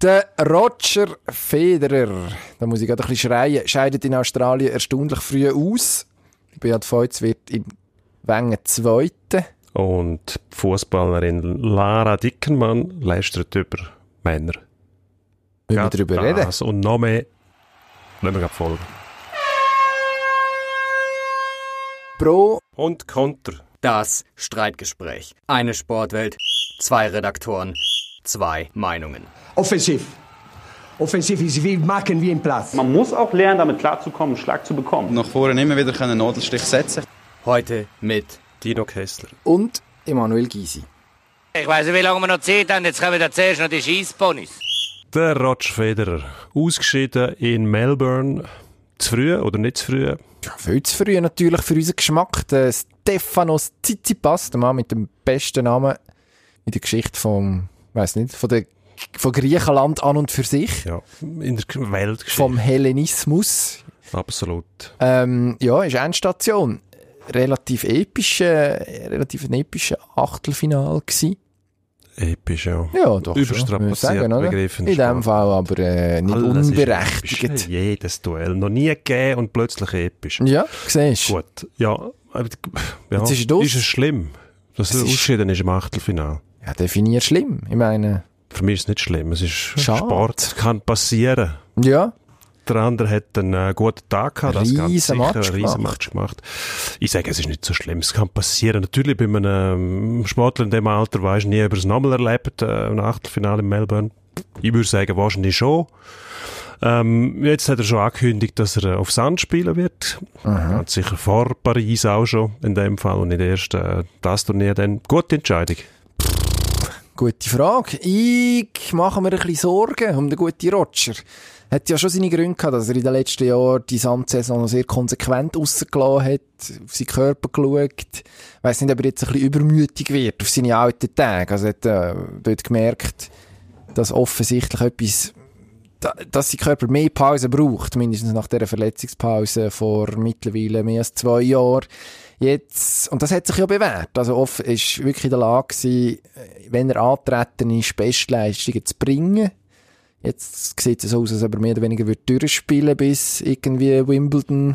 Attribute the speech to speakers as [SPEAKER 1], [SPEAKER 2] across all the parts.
[SPEAKER 1] Der Roger Federer, da muss ich gerade ein bisschen schreien, scheidet in Australien erstaunlich früh aus. Beat Feuz wird im Wengen Zweiten.
[SPEAKER 2] Und die Fußballerin Lara Dickenmann leistet über Männer.
[SPEAKER 1] Wollen wir darüber reden?
[SPEAKER 2] Das und noch mehr. Lassen wir gerade folgen.
[SPEAKER 1] Pro
[SPEAKER 2] Und Konter.
[SPEAKER 3] Das Streitgespräch. Eine Sportwelt, zwei Redaktoren, zwei Meinungen.
[SPEAKER 4] Offensiv. Offensiv ist wie machen wie im Platz.
[SPEAKER 5] Man muss auch lernen, damit klarzukommen, einen Schlag zu bekommen.
[SPEAKER 6] nach vorne immer wieder einen Nadelstich setzen
[SPEAKER 3] Heute mit
[SPEAKER 2] Dino Kessler.
[SPEAKER 1] und Emanuel Gysi.
[SPEAKER 7] Ich weiß nicht, wie lange wir noch Zeit haben. Jetzt kommen da zuerst noch die Scheissponys.
[SPEAKER 2] Der Roger Federer. Ausgeschieden in Melbourne. Zu früh oder nicht zu früh?
[SPEAKER 1] Ja, viel zu früh natürlich für unseren Geschmack. Der Stefanos Tsitsipas, der Mann mit dem besten Namen in der Geschichte vom, weiß nicht, von, der, von Griechenland an und für sich.
[SPEAKER 2] Ja, in der Weltgeschichte.
[SPEAKER 1] Vom Hellenismus.
[SPEAKER 2] Absolut.
[SPEAKER 1] Ähm, ja, ist Endstation. Relativ epische, relativ ein epischer Achtelfinal gsi.
[SPEAKER 2] Episch, ja.
[SPEAKER 1] Ja, doch.
[SPEAKER 2] Überstrapaziert
[SPEAKER 1] schon, muss man sagen, oder?
[SPEAKER 2] Begriff in
[SPEAKER 1] In dem
[SPEAKER 2] Sport.
[SPEAKER 1] Fall aber äh, nicht
[SPEAKER 2] Alles ist episch.
[SPEAKER 1] unberechtigt.
[SPEAKER 2] Jedes Duell. Noch nie gegeben und plötzlich episch.
[SPEAKER 1] Ja, siehst du.
[SPEAKER 2] Gut. Ja, aber, ja.
[SPEAKER 1] Jetzt ist er aus.
[SPEAKER 2] es schlimm, dass
[SPEAKER 1] Es
[SPEAKER 2] er
[SPEAKER 1] ist-
[SPEAKER 2] ausgeschieden ist im Achtelfinale.
[SPEAKER 1] Ja, definier schlimm. Ich meine,
[SPEAKER 2] Für mich ist es nicht schlimm. Es ist
[SPEAKER 1] Schade.
[SPEAKER 2] Sport. Kann passieren.
[SPEAKER 1] ja.
[SPEAKER 2] Der andere hat einen äh, guten Tag gehabt, das ganz
[SPEAKER 1] Riesen
[SPEAKER 2] sicher,
[SPEAKER 1] Match
[SPEAKER 2] einen riesen
[SPEAKER 1] gemacht.
[SPEAKER 2] Match gemacht. Ich sage, es ist nicht so schlimm, es kann passieren. Natürlich, bei einem ähm, Sportler in dem Alter weisst du nie, ob er es nochmal erlebt, äh, ein Achtelfinale in Melbourne. Ich würde sagen, wahrscheinlich schon. Ähm, jetzt hat er schon angekündigt, dass er äh, auf Sand spielen wird. Ganz sicher vor Paris auch schon, in dem Fall, und nicht erst äh, das Turnier dann. Gute Entscheidung.
[SPEAKER 1] Gute Frage. Ich mache mir ein bisschen Sorgen um den guten Roger. Hat ja schon seine Gründe gehabt, dass er in den letzten Jahren die Sandsaison noch sehr konsequent rausgelassen hat, auf seinen Körper geschaut. Ich weiss nicht, ob er jetzt ein bisschen übermütig wird auf seine alten Tage. Also er hat äh, dort gemerkt, dass offensichtlich etwas, da, dass sein Körper mehr Pause braucht, mindestens nach dieser Verletzungspause vor mittlerweile mehr als zwei Jahren. Jetzt, und das hat sich ja bewährt. Also oft ist wirklich in der Lage gewesen, wenn er antreten ist, Bestleistungen zu bringen. Jetzt sieht es so aus, als ob er mehr oder weniger würde durchspielen bis irgendwie Wimbledon.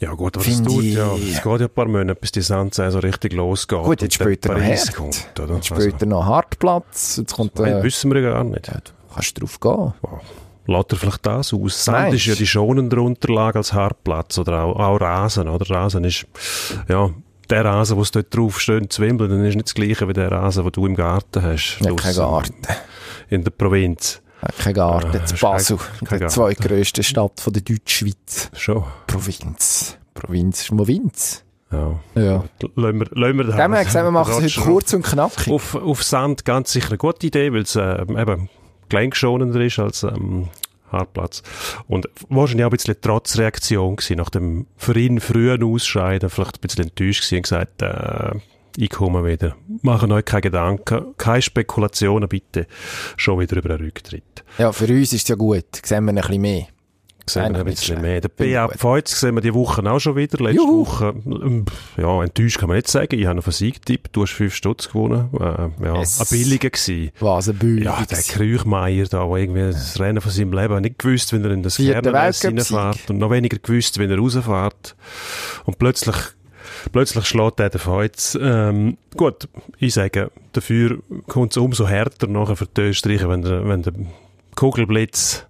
[SPEAKER 2] Ja gut, aber es
[SPEAKER 1] Finde
[SPEAKER 2] tut
[SPEAKER 1] ich-
[SPEAKER 2] ja. Es geht ja ein paar Monate, bis die Sandsaison richtig losgeht.
[SPEAKER 1] Gut, jetzt
[SPEAKER 2] und dann
[SPEAKER 1] spielt er noch
[SPEAKER 2] Paris
[SPEAKER 1] hart.
[SPEAKER 2] kommt, oder? Also,
[SPEAKER 1] Jetzt spielt er noch Hartplatz. Jetzt kommt
[SPEAKER 2] Nein,
[SPEAKER 1] äh,
[SPEAKER 2] wissen wir ja gar nicht.
[SPEAKER 1] kannst du drauf gehen.
[SPEAKER 2] Wow. Lässt er vielleicht das aus? Sand
[SPEAKER 1] Meinst
[SPEAKER 2] ist ja
[SPEAKER 1] du?
[SPEAKER 2] die schonendere Unterlage als Hartplatz oder auch, auch Rasen, oder? Rasen ist, ja, der Rasen, wo dort drauf schön zu Wimbledon ist nicht das gleiche wie der Rasen, den du im Garten hast.
[SPEAKER 1] Ja, kein
[SPEAKER 2] draussen
[SPEAKER 1] Garten.
[SPEAKER 2] In der Provinz.
[SPEAKER 1] Ja, Kein Garten.
[SPEAKER 2] Äh,
[SPEAKER 1] zu
[SPEAKER 2] ist
[SPEAKER 1] Basel.
[SPEAKER 2] kein- kein
[SPEAKER 1] Die
[SPEAKER 2] Garten.
[SPEAKER 1] zweitgrösste Stadt von der Deutschschweiz.
[SPEAKER 2] Schon.
[SPEAKER 1] Provinz. Provinz ist Provinz.
[SPEAKER 2] Ja.
[SPEAKER 1] Ja.
[SPEAKER 2] Lassen wir, lassen wir den
[SPEAKER 1] Dem her gesagt, wir machen es heute
[SPEAKER 2] Roger- Oh.
[SPEAKER 1] kurz und knackig.
[SPEAKER 2] Auf, auf Sand ganz sicher eine gute Idee, weil es äh, eben kleingeschonender ist als ähm, Hartplatz. Und wahrscheinlich auch ein bisschen Trotzreaktion gewesen, nach dem für ihn frühen Ausscheiden, vielleicht ein bisschen enttäuscht gewesen und gesagt, äh, ich komme wieder. Machen euch keine Gedanken, keine Spekulationen bitte. Schon wieder über einen Rücktritt.
[SPEAKER 1] Ja, für uns ist es ja gut. Sehen wir ein bisschen mehr.
[SPEAKER 2] Sehen
[SPEAKER 1] Eigentlich
[SPEAKER 2] wir ein
[SPEAKER 1] nicht
[SPEAKER 2] bisschen
[SPEAKER 1] schlecht.
[SPEAKER 2] mehr. Der
[SPEAKER 1] Finde ich
[SPEAKER 2] B.A.
[SPEAKER 1] gut.
[SPEAKER 2] Pfeutz sehen wir die Woche auch schon wieder. Letzte
[SPEAKER 1] Juhu.
[SPEAKER 2] Woche, ähm, ja, enttäuscht kann man nicht sagen. Ich habe noch einen Sieg getippt. Du hast fünf Stutz gewonnen. Äh, ja,
[SPEAKER 1] Es-
[SPEAKER 2] ein billiger gewesen.
[SPEAKER 1] Was eine Bühne.
[SPEAKER 2] Ja, der Krüchmeier da, der irgendwie das Rennen von seinem Leben nicht gewusst, wenn er in das
[SPEAKER 1] Vierter
[SPEAKER 2] Fernerreis
[SPEAKER 1] Weltcup-Sieg.
[SPEAKER 2] reinfährt und noch weniger gewusst, wenn er rausfährt. Und plötzlich, plötzlich schlägt er den Feuz. Ähm, gut, ich sage, dafür kommt es umso härter nachher für die Österreicher, wenn der, wenn der Kugelblitz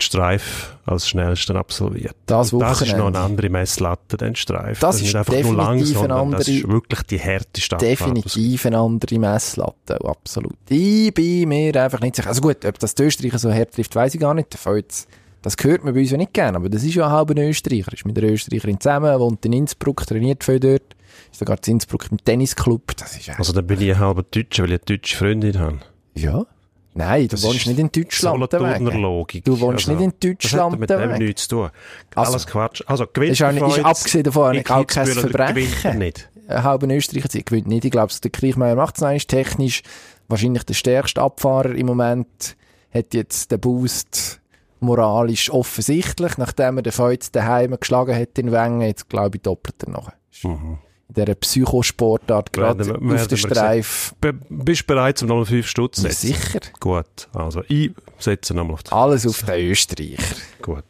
[SPEAKER 2] die Streif als schnellsten absolviert.
[SPEAKER 1] Das
[SPEAKER 2] Und das ist noch
[SPEAKER 1] Wochenende.
[SPEAKER 2] eine andere Messlatte, den Streif.
[SPEAKER 1] Das ist
[SPEAKER 2] nicht einfach nur lang,
[SPEAKER 1] definitiv eine
[SPEAKER 2] sondern das ist
[SPEAKER 1] andere-
[SPEAKER 2] wirklich die härteste Abfahrt.
[SPEAKER 1] Definitiv eine andere Messlatte, absolut. Ich bin mir einfach nicht sicher. Also gut, ob das die Österreicher so hart trifft, weiß ich gar nicht. Der Feuz, Das hört man bei uns ja nicht gerne, aber das ist ja halb ein Österreicher. Ist mit einer Österreicherin zusammen, wohnt in Innsbruck, trainiert viel dort. Ist sogar in Innsbruck im Tennisclub. Das ist ja...
[SPEAKER 2] Also dann bin ich halber Deutscher, weil ich eine deutsche Freundin habe.
[SPEAKER 1] ja? Nein, du
[SPEAKER 2] Das
[SPEAKER 1] wohnst
[SPEAKER 2] ist
[SPEAKER 1] nicht in Deutschland.
[SPEAKER 2] Solothurner
[SPEAKER 1] deswegen.
[SPEAKER 2] Logik.
[SPEAKER 1] Du wohnst nicht in Deutschland
[SPEAKER 2] Das Also, hat mit dem
[SPEAKER 1] deswegen.
[SPEAKER 2] nichts zu tun.
[SPEAKER 1] Also.
[SPEAKER 2] Alles Quatsch. Also, gewinnt
[SPEAKER 1] Ist auch nicht-
[SPEAKER 2] der
[SPEAKER 1] ist
[SPEAKER 2] Feuz,
[SPEAKER 1] abgesehen davon
[SPEAKER 2] in
[SPEAKER 1] auch kein
[SPEAKER 2] Kitzbühel,
[SPEAKER 1] Verbrechen.
[SPEAKER 2] gewinnt er nicht.
[SPEAKER 1] einen halben Österreicher Sieg gewinnt nicht. Ich glaube, der Kriechmeier macht es noch, ist technisch wahrscheinlich der stärkste Abfahrer im Moment, hat jetzt den Boost moralisch offensichtlich, nachdem er den Feuz daheim geschlagen hat in Wengen, jetzt glaube ich doppelt er noch. in dieser Psychosportart gerade
[SPEAKER 2] Werden wir-
[SPEAKER 1] auf den
[SPEAKER 2] werden wir
[SPEAKER 1] Streif.
[SPEAKER 2] Be bist du bereit, um nochmal 5 Stutz zu
[SPEAKER 1] Ja,
[SPEAKER 2] setzen?
[SPEAKER 1] Sicher. Ah.
[SPEAKER 2] Gut, also ich setze nochmal auf die
[SPEAKER 1] Alles auf den Österreicher.
[SPEAKER 2] Gut.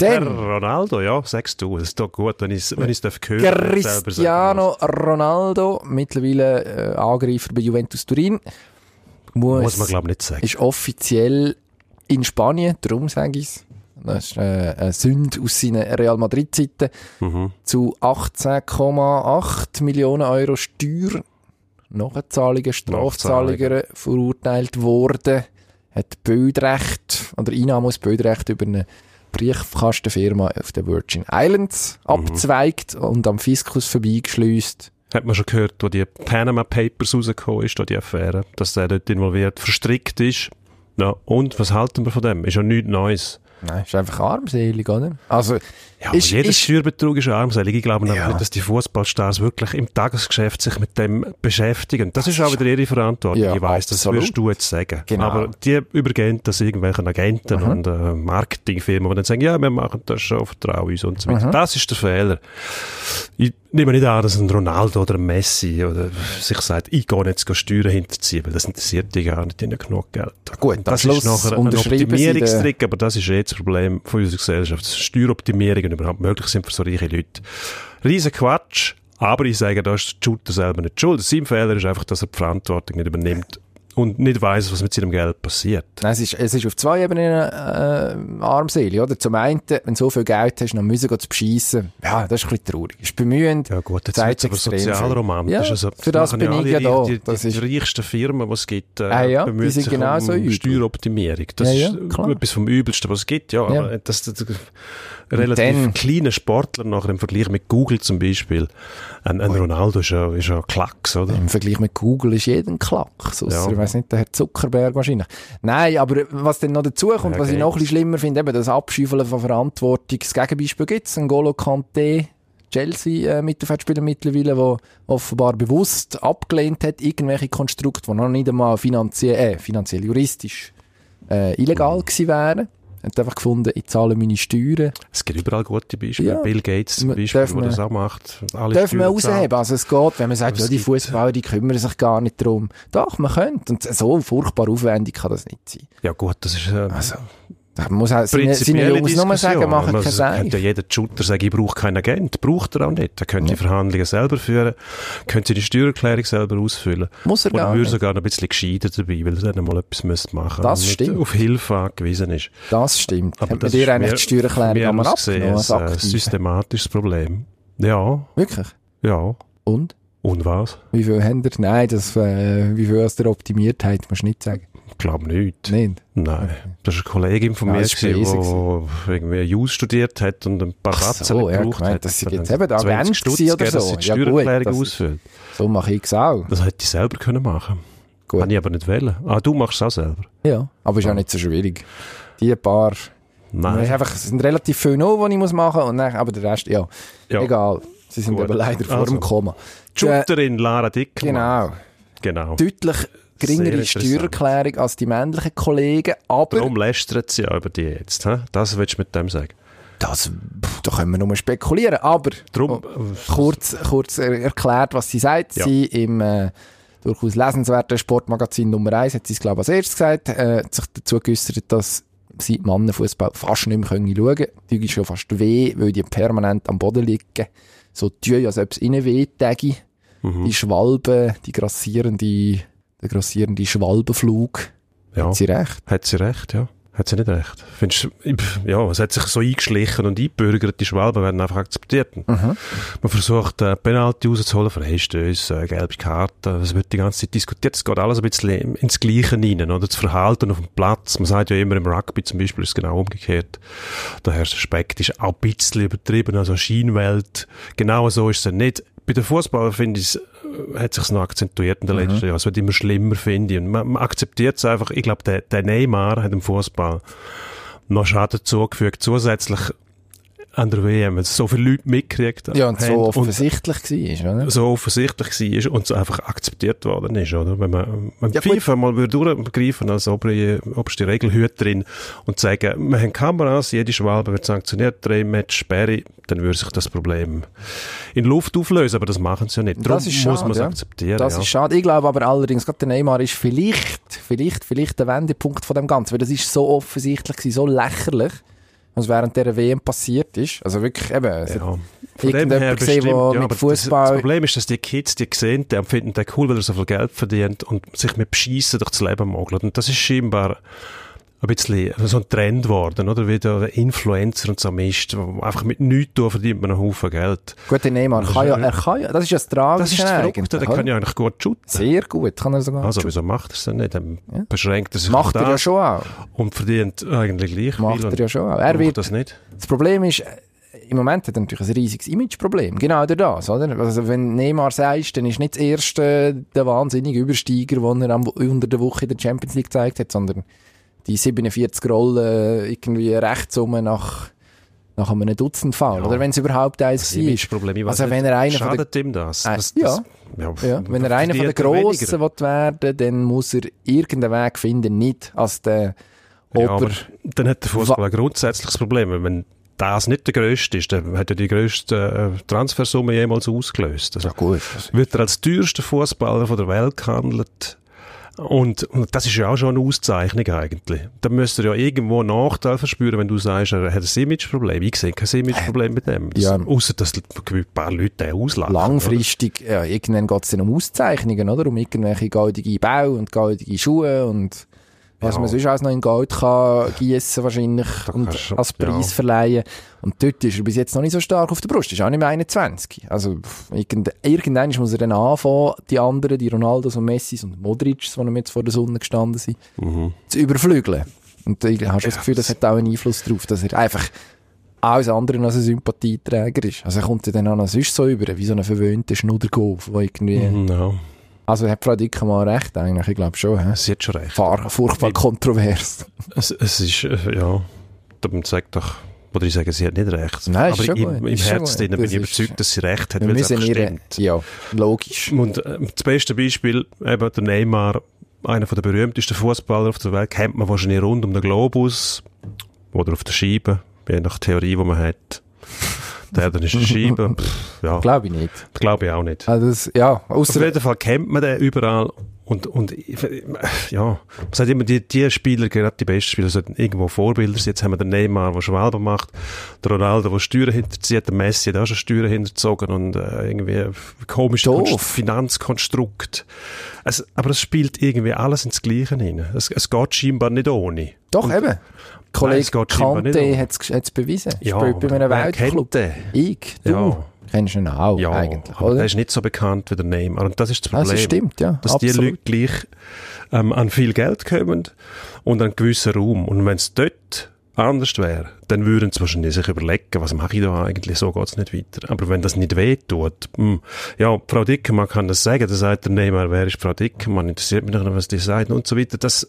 [SPEAKER 2] Herr
[SPEAKER 1] Dann
[SPEAKER 2] Ronaldo, ja, sagst du. Es ist doch gut, wenn ich es wenn ich's darf hören darf.
[SPEAKER 1] Cristiano Ronaldo, mittlerweile äh, Angreifer bei Juventus Turin. Muss,
[SPEAKER 2] Muss man, glaube ich, nicht sagen.
[SPEAKER 1] Ist offiziell in Spanien, darum sage ich es. Das ist äh, eine Sünde aus seinen Real Madrid-Zeiten.
[SPEAKER 2] Mhm.
[SPEAKER 1] Zu 18,8 Millionen Euro Steuer, Nachzahlungen, Strafzahlungen verurteilt worden. Hat Bildrecht oder Einnahmen aus Bildrecht über eine Briefkastenfirma auf den Virgin Islands
[SPEAKER 2] Mhm.
[SPEAKER 1] abzweigt und am Fiskus vorbeigeschleust.
[SPEAKER 2] Hat man schon gehört, wo die Panama Papers rausgekommen ist, da die Affäre, dass der dort involviert, verstrickt ist. Ja, und was halten wir von dem? Ist ja nichts Neues.
[SPEAKER 1] Nein, ist einfach armselig, oder? Also,
[SPEAKER 2] Ja, aber
[SPEAKER 1] Ist-
[SPEAKER 2] jeder
[SPEAKER 1] ist-
[SPEAKER 2] Steuerbetrug ist armselig. Ich glaube
[SPEAKER 1] Ja.
[SPEAKER 2] ja. nicht, dass die Fußballstars wirklich im Tagesgeschäft sich mit dem beschäftigen. Das ist auch wieder ihre Verantwortung.
[SPEAKER 1] Ja,
[SPEAKER 2] ich weiß, das
[SPEAKER 1] absolut.
[SPEAKER 2] wirst du jetzt sagen.
[SPEAKER 1] Genau. Mhm.
[SPEAKER 2] Aber die übergehen das irgendwelchen Agenten und äh, Marketingfirmen, die dann sagen, ja, wir machen das schon, vertrauen uns und so
[SPEAKER 1] Mhm.
[SPEAKER 2] weiter. Das ist der Fehler. Ich nehme nicht an, dass ein Ronaldo oder ein Messi oder sich sagt, ich gehe jetzt gehen Steuern hinterziehen, weil das interessiert die gar nicht, die haben ja genug Geld.
[SPEAKER 1] Gut, am
[SPEAKER 2] das
[SPEAKER 1] Schluss
[SPEAKER 2] ist nachher ein
[SPEAKER 1] unterschreiben sie den-
[SPEAKER 2] Optimierungstrick. Trick, aber das ist jetzt das Problem von unserer Gesellschaft, dass Steueroptimierungen überhaupt möglich sind für so reiche Leute. Riesen Quatsch, aber ich sage, da ist der Shooter selber nicht schuld. Sein Fehler ist einfach, dass er die Verantwortung nicht übernimmt und nicht weiß, was mit seinem Geld passiert.
[SPEAKER 1] Nein, Es ist, es ist auf zwei Ebenen äh, armselig, oder? Zum einen, wenn du so viel Geld hast, dann müssen wir zu beschissen. Ja, das ist ein bisschen traurig. Ist bemühend.
[SPEAKER 2] Ja gut, jetzt
[SPEAKER 1] zeigt
[SPEAKER 2] wird aber
[SPEAKER 1] extrem viel.
[SPEAKER 2] sozialromantisch.
[SPEAKER 1] Ja,
[SPEAKER 2] also,
[SPEAKER 1] für das
[SPEAKER 2] machen
[SPEAKER 1] bin ich
[SPEAKER 2] alle
[SPEAKER 1] ja da.
[SPEAKER 2] Die, die,
[SPEAKER 1] das
[SPEAKER 2] die
[SPEAKER 1] ist,
[SPEAKER 2] reichsten Firmen, die es gibt, äh,
[SPEAKER 1] Ah ja,
[SPEAKER 2] bemühen
[SPEAKER 1] die sind
[SPEAKER 2] sich
[SPEAKER 1] genau
[SPEAKER 2] um
[SPEAKER 1] so übel.
[SPEAKER 2] Steueroptimierung. Das
[SPEAKER 1] Ja, ja,
[SPEAKER 2] ist
[SPEAKER 1] klar.
[SPEAKER 2] etwas vom Übelsten, was es gibt. Ja,
[SPEAKER 1] Ja.
[SPEAKER 2] aber dass das, relativ
[SPEAKER 1] dann-
[SPEAKER 2] kleine Sportler nachher im Vergleich mit Google zum Beispiel, ein, ein Ronaldo ist ja, ist ja ein Klacks, oder?
[SPEAKER 1] Also Im Vergleich mit Google ist jeden Klack. Sonst,
[SPEAKER 2] Ja.
[SPEAKER 1] ich weiss nicht, der Herr Zuckerberg wahrscheinlich. Nein, aber was dann noch dazu kommt,
[SPEAKER 2] Ja,
[SPEAKER 1] was ich
[SPEAKER 2] geht's.
[SPEAKER 1] noch ein bisschen schlimmer finde, eben das Abschäufeln von Verantwortung. Das Gegenbeispiel gibt es. N'Golo Kanté, Chelsea-Mittelfeldspieler mittlerweile, der offenbar bewusst abgelehnt hat, irgendwelche Konstrukte, die noch nicht einmal finanziell, äh, finanziell juristisch äh, illegal gewesen wären. Er hat einfach gefunden, ich zahle meine Steuern.
[SPEAKER 2] Es gibt überall gute Beispiele.
[SPEAKER 1] Ja.
[SPEAKER 2] Bill Gates zum
[SPEAKER 1] Man-
[SPEAKER 2] Beispiel,
[SPEAKER 1] darf
[SPEAKER 2] der
[SPEAKER 1] man-
[SPEAKER 2] das auch macht. Alle
[SPEAKER 1] Dürfen wir
[SPEAKER 2] Steuern zahlt.
[SPEAKER 1] rausheben. Also es geht, wenn man sagt,
[SPEAKER 2] Aber
[SPEAKER 1] ja,
[SPEAKER 2] es
[SPEAKER 1] die
[SPEAKER 2] gibt-
[SPEAKER 1] Fußballer, die kümmern sich gar nicht darum. Doch, man könnte. Und so furchtbar aufwendig kann das nicht sein.
[SPEAKER 2] Ja gut, das ist... Äh,
[SPEAKER 1] Also, da muss auch seine, seine
[SPEAKER 2] prinzipielle
[SPEAKER 1] Jungs nur sagen,
[SPEAKER 2] Diskussion.
[SPEAKER 1] machen
[SPEAKER 2] Also,
[SPEAKER 1] keine
[SPEAKER 2] es könnte
[SPEAKER 1] Seite.
[SPEAKER 2] ja jeder Shooter sagen, ich brauche keinen Agent. Braucht er auch nicht. Er könnte die Verhandlungen selber führen, könnte die Steuererklärung selber ausfüllen.
[SPEAKER 1] Muss er
[SPEAKER 2] Und
[SPEAKER 1] gar
[SPEAKER 2] er würde
[SPEAKER 1] nicht.
[SPEAKER 2] sogar noch ein bisschen gescheiter dabei, weil er dann mal etwas müsste machen
[SPEAKER 1] Das
[SPEAKER 2] und nicht
[SPEAKER 1] stimmt.
[SPEAKER 2] auf Hilfe angewiesen ist.
[SPEAKER 1] Das stimmt.
[SPEAKER 2] Aber
[SPEAKER 1] Hat man
[SPEAKER 2] das
[SPEAKER 1] dir
[SPEAKER 2] ist
[SPEAKER 1] eigentlich
[SPEAKER 2] mir-
[SPEAKER 1] die Steuererklärung
[SPEAKER 2] mir
[SPEAKER 1] einmal
[SPEAKER 2] ausgesehen
[SPEAKER 1] abgenommen? als
[SPEAKER 2] ein äh,
[SPEAKER 1] aktiv?
[SPEAKER 2] systematisches Problem. Ja,
[SPEAKER 1] Wirklich?
[SPEAKER 2] ja.
[SPEAKER 1] Und?
[SPEAKER 2] Und was?
[SPEAKER 1] Wie viel habt ihr? Nein, das, äh, wie viel aus der Optimiertheit, musst du nicht sagen.
[SPEAKER 2] Ich glaube nicht.
[SPEAKER 1] Nicht?
[SPEAKER 2] Nein, das ist eine Kollegin von
[SPEAKER 1] Nein,
[SPEAKER 2] mir,
[SPEAKER 1] das Ah, ist bei
[SPEAKER 2] gewesen,
[SPEAKER 1] Easy
[SPEAKER 2] die irgendwie Jus studiert hat und ein paar
[SPEAKER 1] Ach
[SPEAKER 2] Katzen
[SPEAKER 1] so, ja,
[SPEAKER 2] gebraucht
[SPEAKER 1] gemeint,
[SPEAKER 2] hat.
[SPEAKER 1] dass sie
[SPEAKER 2] Dann
[SPEAKER 1] jetzt
[SPEAKER 2] hat
[SPEAKER 1] eben da
[SPEAKER 2] 20
[SPEAKER 1] Agent
[SPEAKER 2] Stutz
[SPEAKER 1] gewesen oder
[SPEAKER 2] gegeben, dass
[SPEAKER 1] so.
[SPEAKER 2] sie die
[SPEAKER 1] Ja, gut,
[SPEAKER 2] Steuererklärung
[SPEAKER 1] das-
[SPEAKER 2] ausfüllt.
[SPEAKER 1] So mache ich es auch.
[SPEAKER 2] Das hätte ich selber können machen
[SPEAKER 1] Gut.
[SPEAKER 2] können. Habe ich aber nicht wollen. Ah, du machst es auch selber?
[SPEAKER 1] Ja. Aber ist auch nicht so schwierig. Die paar... Man ist
[SPEAKER 2] Nein.
[SPEAKER 1] einfach, Ah, es sind relativ viele noch, die ich muss machen muss. Und dann, aber der Rest, ja,
[SPEAKER 2] Ja.
[SPEAKER 1] Egal. Sie sind
[SPEAKER 2] Gut.
[SPEAKER 1] aber leider vor
[SPEAKER 2] Also.
[SPEAKER 1] dem Koma.
[SPEAKER 2] Die Shooterin Lara Dickermann.
[SPEAKER 1] äh, Genau.
[SPEAKER 2] Genau.
[SPEAKER 1] Deutlich geringere
[SPEAKER 2] interessant.
[SPEAKER 1] Steuererklärung als die männlichen Kollegen, aber
[SPEAKER 2] Darum lästert sie ja über die jetzt. hä? Das willst du mit dem sagen.
[SPEAKER 1] das, pff, da können wir nur spekulieren. Aber
[SPEAKER 2] Drum,
[SPEAKER 1] Oh. kurz, kurz er- erklärt, was sie sagt.
[SPEAKER 2] Ja.
[SPEAKER 1] Sie im äh, durchaus lesenswerten Sportmagazin Nummer 1 hat sie es, glaube ich, als erstes gesagt, äh, hat sich dazu geäußert, dass sie Mannenfußball fast nicht mehr können schauen können. Die tun schon fast weh, weil die permanent am Boden liegen. So tun, als ob es ihnen weh täge. Die Schwalben, die grassierende, der grassierende Schwalbenflug.
[SPEAKER 2] ja.
[SPEAKER 1] Hat sie recht?
[SPEAKER 2] Hat sie recht, ja. Hat sie nicht recht. Findest, du- pf, ja, es hat sich so eingeschlichen und eingebürgert, die Schwalben werden einfach akzeptiert. Man versucht, äh, Penalty rauszuholen, Freistöße, äh, gelbe Karten, es wird die ganze Zeit diskutiert, es geht alles ein bisschen ins Gleiche rein, oder? Das Verhalten auf dem Platz, man sagt ja immer im Rugby zum Beispiel ist es genau umgekehrt. Der Respekt ist auch ein bisschen übertrieben, also Scheinwelt, genau so ist es dann nicht. Bei den Fußballern finde ich es hat sich noch akzentuiert
[SPEAKER 1] Mhm.
[SPEAKER 2] in den letzten Jahren. Es wird immer schlimmer, finde ich. Und man, man akzeptiert es einfach. Ich glaube, der, der Neymar hat im Fußball noch Schaden zugefügt. Zusätzlich an der WM, wenn es so viele Leute mitgekriegt
[SPEAKER 1] Ja, und
[SPEAKER 2] haben
[SPEAKER 1] so offensichtlich war, oder?
[SPEAKER 2] so offensichtlich war und so einfach akzeptiert worden ist, oder? Wenn man, wenn
[SPEAKER 1] Ja, gut.
[SPEAKER 2] FIFA mal würde durchgreifen als obere, oberste Regelhüterin und sagen, wir haben Kameras, jede Schwalbe wird sanktioniert, drei Match Sperre, dann würde sich das Problem in Luft auflösen, aber das machen sie ja nicht. Darum
[SPEAKER 1] Das ist
[SPEAKER 2] muss
[SPEAKER 1] schade,
[SPEAKER 2] man es
[SPEAKER 1] ja.
[SPEAKER 2] akzeptieren.
[SPEAKER 1] Das
[SPEAKER 2] ja.
[SPEAKER 1] ist schade. Ich glaube aber allerdings, gerade der Neymar ist vielleicht, vielleicht, vielleicht der Wendepunkt von dem Ganzen, weil das ist so offensichtlich gewesen, so lächerlich, was während dieser WM passiert ist. Also wirklich, eben, es hat
[SPEAKER 2] ja.
[SPEAKER 1] irgendjemand gesehen,
[SPEAKER 2] bestimmt,
[SPEAKER 1] der
[SPEAKER 2] ja, aber
[SPEAKER 1] mit
[SPEAKER 2] das-
[SPEAKER 1] Fußball...
[SPEAKER 2] Das Problem ist, dass die Kids, die sehen, die finden den cool, weil er so viel Geld verdient und sich mit Beschissen durchs Leben mogelt. Und das ist scheinbar ein bisschen so ein Trend geworden, oder? Wie der Influencer und so Mist. wo Einfach mit nichts tun verdient man einen Haufen Geld.
[SPEAKER 1] Gut, der Neymar kann ja, er kann ja, das ist ja das
[SPEAKER 2] Das
[SPEAKER 1] Tragische
[SPEAKER 2] ist das
[SPEAKER 1] eigentlich,
[SPEAKER 2] Verrückte, der
[SPEAKER 1] oder?
[SPEAKER 2] kann ja eigentlich gut shooten.
[SPEAKER 1] Sehr gut, kann er sogar.
[SPEAKER 2] Also, wieso macht er es denn nicht? Dann beschränkt er sich auf
[SPEAKER 1] macht er ja
[SPEAKER 2] das
[SPEAKER 1] schon auch.
[SPEAKER 2] und verdient eigentlich gleich
[SPEAKER 1] Macht
[SPEAKER 2] viel.
[SPEAKER 1] er
[SPEAKER 2] und
[SPEAKER 1] ja schon auch. Er
[SPEAKER 2] braucht
[SPEAKER 1] wird-
[SPEAKER 2] das nicht.
[SPEAKER 1] Das Problem ist, äh, im Moment hat er natürlich ein riesiges Imageproblem. Genau durch das, oder? Also, wenn Neymar sagst, dann ist nicht das erste äh, der wahnsinnige Übersteiger, den er am, unter der Woche in der Champions League gezeigt hat, sondern die 47 Rollen äh, irgendwie rechts um nach, nach einem Dutzend Fall. Oder wenn es überhaupt eins
[SPEAKER 2] Das
[SPEAKER 1] war.
[SPEAKER 2] Imageproblem, ich weiss
[SPEAKER 1] Also,
[SPEAKER 2] nicht.
[SPEAKER 1] wenn er einer von der
[SPEAKER 2] Schadet ihm das?
[SPEAKER 1] Äh,
[SPEAKER 2] das,
[SPEAKER 1] ja.
[SPEAKER 2] das
[SPEAKER 1] ja, wenn er einer von der
[SPEAKER 2] verdient er weniger.
[SPEAKER 1] Grossen will werden dann muss er irgendeinen Weg finden, nicht als der
[SPEAKER 2] Ja, aber
[SPEAKER 1] Ober...
[SPEAKER 2] dann hat der Fußball ein grundsätzliches Problem. Weil Wenn das nicht der grösste ist, dann hat er die grösste äh, Transfersumme jemals ausgelöst. Also
[SPEAKER 1] gut.
[SPEAKER 2] Wird er als teuerster Fußballer von der Welt gehandelt? Und, und das ist ja auch schon eine Auszeichnung eigentlich. Da müsste er ja irgendwo einen Nachteil verspüren, wenn du sagst, er hat ein Imageproblem. Ich sehe kein Imageproblem mit dem. Das,
[SPEAKER 1] Ja.
[SPEAKER 2] Außer, dass ein paar Leute den auslachen.
[SPEAKER 1] Langfristig, ja, irgendwann geht es dann um Auszeichnungen, oder? Um irgendwelche goldige Bau und goldige Schuhe und was
[SPEAKER 2] Ja.
[SPEAKER 1] man sonst alles noch in Gold kann gießen wahrscheinlich und
[SPEAKER 2] kannst du-
[SPEAKER 1] als Preis
[SPEAKER 2] ja.
[SPEAKER 1] verleihen. Und dort ist er bis jetzt noch nicht so stark auf der Brust. Ist auch nicht mehr 21. Also, pff, irgend, irgendwann muss er dann anfangen, die anderen, die Ronaldos und Messis und Modrics, die ihm jetzt vor der Sonne gestanden sind,
[SPEAKER 2] Mhm.
[SPEAKER 1] zu überflügeln. Und ich habe schon das Gefühl, das hat auch einen Einfluss darauf, dass er einfach alles andere als ein Sympathieträger ist. Also er kommt ja dann auch noch sonst so über, wie so ein verwöhnter Schnuddergolf, wo irgendwie...
[SPEAKER 2] Ja,
[SPEAKER 1] Also hat Frau Dicker mal recht eigentlich, ich glaube schon. He?
[SPEAKER 2] sie hat schon recht.
[SPEAKER 1] Fahr, furchtbar kontrovers.
[SPEAKER 2] Es, es ist, äh, ja, dann sagt doch, oder ich sage, sie hat nicht recht.
[SPEAKER 1] Nein, ist
[SPEAKER 2] Aber
[SPEAKER 1] schon
[SPEAKER 2] im,
[SPEAKER 1] gut,
[SPEAKER 2] im
[SPEAKER 1] ist schon
[SPEAKER 2] Herzen
[SPEAKER 1] gut.
[SPEAKER 2] drin bin
[SPEAKER 1] Das
[SPEAKER 2] ich
[SPEAKER 1] ist-
[SPEAKER 2] überzeugt, dass sie recht hat,
[SPEAKER 1] Wir
[SPEAKER 2] weil es
[SPEAKER 1] müssen
[SPEAKER 2] einfach
[SPEAKER 1] ihre...
[SPEAKER 2] stimmt.
[SPEAKER 1] Ja, logisch.
[SPEAKER 2] Und äh, das beste Beispiel, eben der Neymar, einer der berühmtesten Fußballer auf der Welt, kennt man wahrscheinlich rund um den Globus oder auf der Scheibe, je nach Theorie, die man hat. Der dann ist eine Scheibe, pff, ja,
[SPEAKER 1] Glaube ich nicht.
[SPEAKER 2] glaube ich auch nicht.
[SPEAKER 1] Also das, ja,
[SPEAKER 2] Auf
[SPEAKER 1] außer
[SPEAKER 2] jeden Fall kennt man den überall. Und, und ich- ja, man sagt immer, die, die Spieler, gerade die besten Spieler, sollten irgendwo Vorbilder sein. Jetzt haben wir den Neymar, der Schwalbe macht, der Ronaldo, der Steuern hinterzieht, der Messi hat auch schon Steuern hinterzogen und äh, irgendwie komisches
[SPEAKER 1] Doof.
[SPEAKER 2] Konst- Finanzkonstrukt. Es, aber es spielt irgendwie alles ins Gleiche hinein. Es, es geht scheinbar nicht ohne.
[SPEAKER 1] Doch, eben. Kollege
[SPEAKER 2] es geht scheinbar nicht
[SPEAKER 1] Kante
[SPEAKER 2] um.
[SPEAKER 1] hat es bewiesen.
[SPEAKER 2] Ja,
[SPEAKER 1] Spielt bei
[SPEAKER 2] aber
[SPEAKER 1] einem
[SPEAKER 2] wer kennt
[SPEAKER 1] Weltclub.
[SPEAKER 2] den?
[SPEAKER 1] Ich, du,
[SPEAKER 2] Ja.
[SPEAKER 1] kennst ihn auch
[SPEAKER 2] Ja,
[SPEAKER 1] eigentlich,
[SPEAKER 2] aber
[SPEAKER 1] oder? Ah,
[SPEAKER 2] der ist nicht so bekannt wie der Neymar. Und das ist das
[SPEAKER 1] Das
[SPEAKER 2] Problem.
[SPEAKER 1] stimmt, ja,
[SPEAKER 2] Dass die
[SPEAKER 1] absolut.
[SPEAKER 2] Leute gleich ähm, an viel Geld kommen und an einen gewissen Raum. Und wenn es dort anders wäre, dann würden sie wahrscheinlich sich überlegen, was mache ich da eigentlich, so geht's nicht weiter. Aber wenn das nicht weh tut, hm, ja, Frau Dickemann kann das sagen, da sagt der Neymar, wer ist Frau Dickemann, interessiert mich nicht, was die sagt und so weiter. Das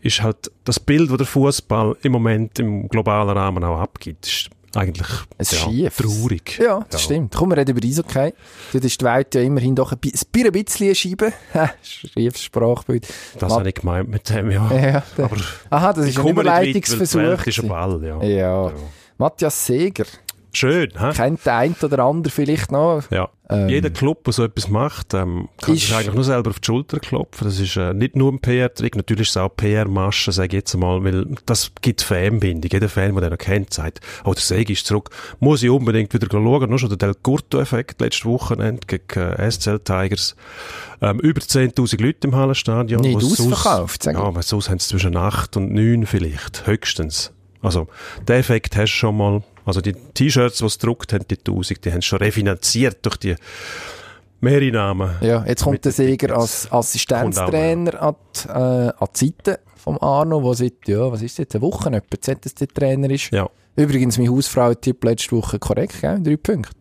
[SPEAKER 2] ist halt das Bild, das der Fußball im Moment im globalen Rahmen auch abgibt, ist eigentlich
[SPEAKER 1] Es
[SPEAKER 2] ja,
[SPEAKER 1] schief.
[SPEAKER 2] traurig.
[SPEAKER 1] Ja, das stimmt. Komm, wir reden über Eishockey. Dort ist die Welt ja immerhin doch ein, bi ein ein bisschen eine Scheibe. Ha, Schiefes Sprachbild.
[SPEAKER 2] Das
[SPEAKER 1] Ma-
[SPEAKER 2] habe ich gemeint mit dem, ja.
[SPEAKER 1] Ja, der-
[SPEAKER 2] Aber
[SPEAKER 1] Aha, das
[SPEAKER 2] ich
[SPEAKER 1] ist ein
[SPEAKER 2] komme nicht weit, weil die Welt
[SPEAKER 1] Überleitungsversuch.
[SPEAKER 2] ist ein Ball, ja.
[SPEAKER 1] gewesen. ja. Matthias Seger.
[SPEAKER 2] Schön, hä?
[SPEAKER 1] Kennt der ein oder andere vielleicht noch?
[SPEAKER 2] Ja. Jeder Club, der so etwas macht, ähm, kann
[SPEAKER 1] Ähm. Ist-
[SPEAKER 2] sich eigentlich nur selber auf die Schulter klopfen. Das ist äh, nicht nur ein PR-Trick, natürlich ist es auch PR-Masche, sage ich jetzt mal, weil das gibt Fanbindung. Jeder Fan, der den noch kennt, sagt, oh, der Segi ist zurück, muss ich unbedingt wieder schauen. Nur schon der Del Curto-Effekt letztes Wochenende gegen äh, SCL Tigers. Ähm, über 10'000 Leute im Hallenstadion.
[SPEAKER 1] Nicht
[SPEAKER 2] wo es
[SPEAKER 1] ausverkauft,
[SPEAKER 2] sonst,
[SPEAKER 1] sag ich.
[SPEAKER 2] Ja, aber sonst haben sie zwischen 8 und 9 vielleicht, höchstens. Also, den Effekt hast du schon mal. Also, die T-Shirts, die sie gedruckt haben, die 1000, die haben sie schon refinanziert durch die Mehreinnahmen.
[SPEAKER 1] Ja, jetzt kommt
[SPEAKER 2] Mit
[SPEAKER 1] der
[SPEAKER 2] den
[SPEAKER 1] Seger
[SPEAKER 2] Tickets.
[SPEAKER 1] als Assistenztrainer an die, äh, an die Seite vom Arno, der seit, ja, was ist jetzt, eine Woche etwa ZSC-Trainer ist.
[SPEAKER 2] Ja.
[SPEAKER 1] Übrigens, mein Hausfrau-Tipp letzte Woche korrekt, gell? Drei Punkte.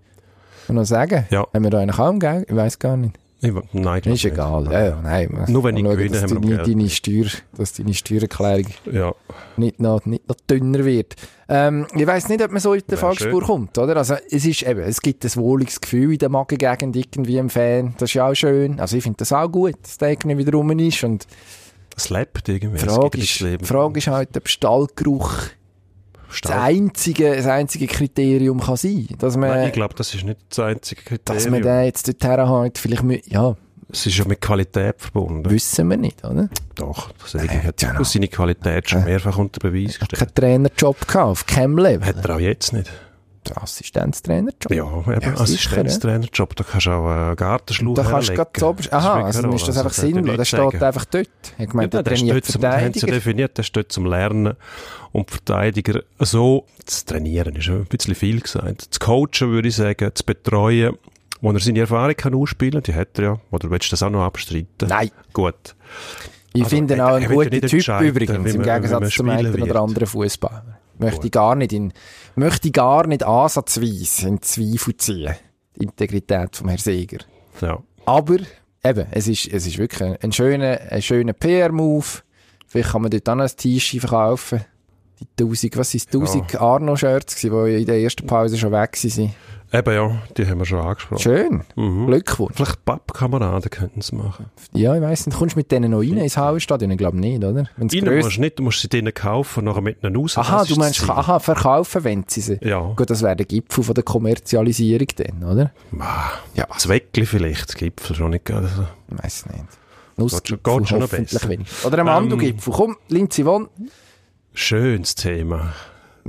[SPEAKER 1] Und noch sagen,
[SPEAKER 2] Ja.
[SPEAKER 1] haben wir da einen kaum, gell? Ich weiss gar nicht.
[SPEAKER 2] Ich, wa- nein, ich glaub
[SPEAKER 1] Ist egal. Ja, ja, nein,
[SPEAKER 2] Nur wenn ich
[SPEAKER 1] Mal
[SPEAKER 2] gewinne,
[SPEAKER 1] dass
[SPEAKER 2] haben
[SPEAKER 1] deine,
[SPEAKER 2] wir noch
[SPEAKER 1] deine Steuer, dass deine Steuererklärung
[SPEAKER 2] nicht. Ja.
[SPEAKER 1] nicht noch, nicht noch dünner wird. Ähm, ich weiss nicht, ob man so in der
[SPEAKER 2] Wär
[SPEAKER 1] Falschspur
[SPEAKER 2] schön.
[SPEAKER 1] kommt, oder? Also, es ist eben, es gibt ein wohliges Gefühl in der Magengegend irgendwie im Fan. Das ist ja auch schön. Also, ich finde das auch gut, dass der irgendwie wieder rum ist. Und
[SPEAKER 2] Es lebt irgendwie.
[SPEAKER 1] die
[SPEAKER 2] es
[SPEAKER 1] Frage
[SPEAKER 2] gibt
[SPEAKER 1] ist,
[SPEAKER 2] ein Leben.
[SPEAKER 1] die Frage ist halt, ob Stallgeruch das
[SPEAKER 2] Stahl.
[SPEAKER 1] einzige, das einzige Kriterium kann sein. Dass man,
[SPEAKER 2] Nein, ich glaube, das ist nicht das einzige
[SPEAKER 1] äh, dass man
[SPEAKER 2] Kriterium.
[SPEAKER 1] den jetzt dort herhält, vielleicht, mü- ja,
[SPEAKER 2] Es ist ja mit Qualität verbunden.
[SPEAKER 1] wissen wir nicht, oder?
[SPEAKER 2] Doch, das Egi hat
[SPEAKER 1] ja noch.
[SPEAKER 2] seine Qualität
[SPEAKER 1] Äh,
[SPEAKER 2] schon mehrfach unter Beweis gestellt.
[SPEAKER 1] Kein Trainerjob gehabt, auf keinem Level.
[SPEAKER 2] Hat er auch jetzt nicht.
[SPEAKER 1] Assistenztrainerjob.
[SPEAKER 2] Ja, eben
[SPEAKER 1] sicher,
[SPEAKER 2] Assistenztrainerjob, da kannst du auch einen Gartenschlauch
[SPEAKER 1] Da kannst du
[SPEAKER 2] herlegen.
[SPEAKER 1] gerade zu oberst.
[SPEAKER 2] Das
[SPEAKER 1] Aha,
[SPEAKER 2] spielt
[SPEAKER 1] also
[SPEAKER 2] keine
[SPEAKER 1] dann ist das
[SPEAKER 2] Rolle,
[SPEAKER 1] einfach
[SPEAKER 2] das wird dir
[SPEAKER 1] sinnlos. Der
[SPEAKER 2] nichts
[SPEAKER 1] steht
[SPEAKER 2] sagen.
[SPEAKER 1] einfach dort. Ich meine,
[SPEAKER 2] Ja,
[SPEAKER 1] der
[SPEAKER 2] der
[SPEAKER 1] trainiert
[SPEAKER 2] steht zum, das haben sie
[SPEAKER 1] Verteidiger.
[SPEAKER 2] definiert, der steht zum Lernen und Verteidiger so zu trainieren, ist ein bisschen viel gesagt. Zu coachen würde ich sagen, zu betreuen, wo er seine Erfahrung kann ausspielen, die hat er ja. Oder willst du das auch noch abstreiten?
[SPEAKER 1] Nein.
[SPEAKER 2] Gut.
[SPEAKER 1] Ich
[SPEAKER 2] Also,
[SPEAKER 1] finde ihn
[SPEAKER 2] er-
[SPEAKER 1] auch
[SPEAKER 2] er
[SPEAKER 1] ein
[SPEAKER 2] wird ja
[SPEAKER 1] guter
[SPEAKER 2] nicht
[SPEAKER 1] Typ
[SPEAKER 2] entscheiden, wie
[SPEAKER 1] übrigens,
[SPEAKER 2] man-
[SPEAKER 1] im
[SPEAKER 2] wie man
[SPEAKER 1] Gegensatz zum
[SPEAKER 2] spielen
[SPEAKER 1] einen
[SPEAKER 2] wird.
[SPEAKER 1] oder anderen Fußballer. Möchte ich gar nicht in, möchte ich gar nicht ansatzweise in Zweifel ziehen. Die Integrität vom Herrn Seger.
[SPEAKER 2] Ja.
[SPEAKER 1] Aber eben, es ist, es ist wirklich ein- ein schöner, ein schöner PR-Move. Vielleicht kann man dort auch noch ein T-Shirt verkaufen. Die 1000, was sind 1000 Arno-Shirts, gewesen, die in der ersten Pause schon weg waren.
[SPEAKER 2] Eben ja, die haben wir schon angesprochen.
[SPEAKER 1] Schön.
[SPEAKER 2] Mhm.
[SPEAKER 1] Glückwunsch.
[SPEAKER 2] Vielleicht Pappkameraden könnten es machen.
[SPEAKER 1] Ja, ich weiss nicht. Kommst du mit denen noch rein ins Hallenstadion? Ich glaube nicht, oder? Wenn's
[SPEAKER 2] Rein
[SPEAKER 1] gröss-
[SPEAKER 2] musst du nicht, du musst sie denen kaufen und nachher mit ihnen raus.
[SPEAKER 1] aha,
[SPEAKER 2] Das
[SPEAKER 1] du
[SPEAKER 2] ist das
[SPEAKER 1] meinst,
[SPEAKER 2] Ziel.
[SPEAKER 1] aha, verkaufen wenn sie sie.
[SPEAKER 2] Ja.
[SPEAKER 1] Gut, das wäre der Gipfel von der Kommerzialisierung dann, oder?
[SPEAKER 2] Ah. Ja. Zweckli vielleicht, Gipfel schon nicht. gell? Also,
[SPEAKER 1] Ich weiss nicht.
[SPEAKER 2] Geht schon- geht schon
[SPEAKER 1] Nussgipfel
[SPEAKER 2] noch
[SPEAKER 1] hoffentlich
[SPEAKER 2] besser.
[SPEAKER 1] wenig. Oder ein
[SPEAKER 2] Ähm,
[SPEAKER 1] Mandu-Gipfel. Komm, Linzi Won,
[SPEAKER 2] schönes Thema.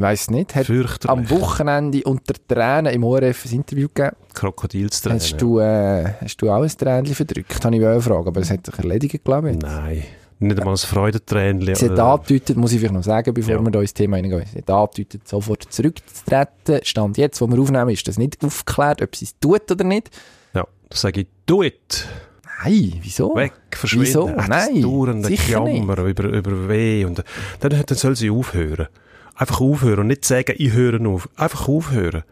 [SPEAKER 1] weiss nicht, hat
[SPEAKER 2] Fürchterlich.
[SPEAKER 1] am Wochenende unter Tränen im ORF ein Interview gegeben.
[SPEAKER 2] Krokodilstränen.
[SPEAKER 1] Hast du, äh, hast du auch ein Tränchen verdrückt? Habe ich wollte fragen, aber es hat sich erledigt, glaube ich.
[SPEAKER 2] Nein. Nicht einmal ein Freudentränchen.
[SPEAKER 1] Sie hat
[SPEAKER 2] oder-
[SPEAKER 1] angedeutet, muss ich vielleicht noch sagen, bevor
[SPEAKER 2] Ja.
[SPEAKER 1] wir da ins Thema hineingehen, sie hat angedeutet, sofort zurückzutreten. Stand jetzt, wo wir aufnehmen, ist das nicht aufgeklärt, ob sie es tut oder nicht.
[SPEAKER 2] Ja, da sage ich, do it!
[SPEAKER 1] Nein, wieso?
[SPEAKER 2] Weg, verschwinden.
[SPEAKER 1] Wieso?
[SPEAKER 2] Ah, das
[SPEAKER 1] Nein,
[SPEAKER 2] dauernde
[SPEAKER 1] sicher
[SPEAKER 2] Jammer über, über Weh. Und dann, dann soll sie aufhören. Einfach aufhören und nicht sagen, ich höre auf. Einfach aufhören.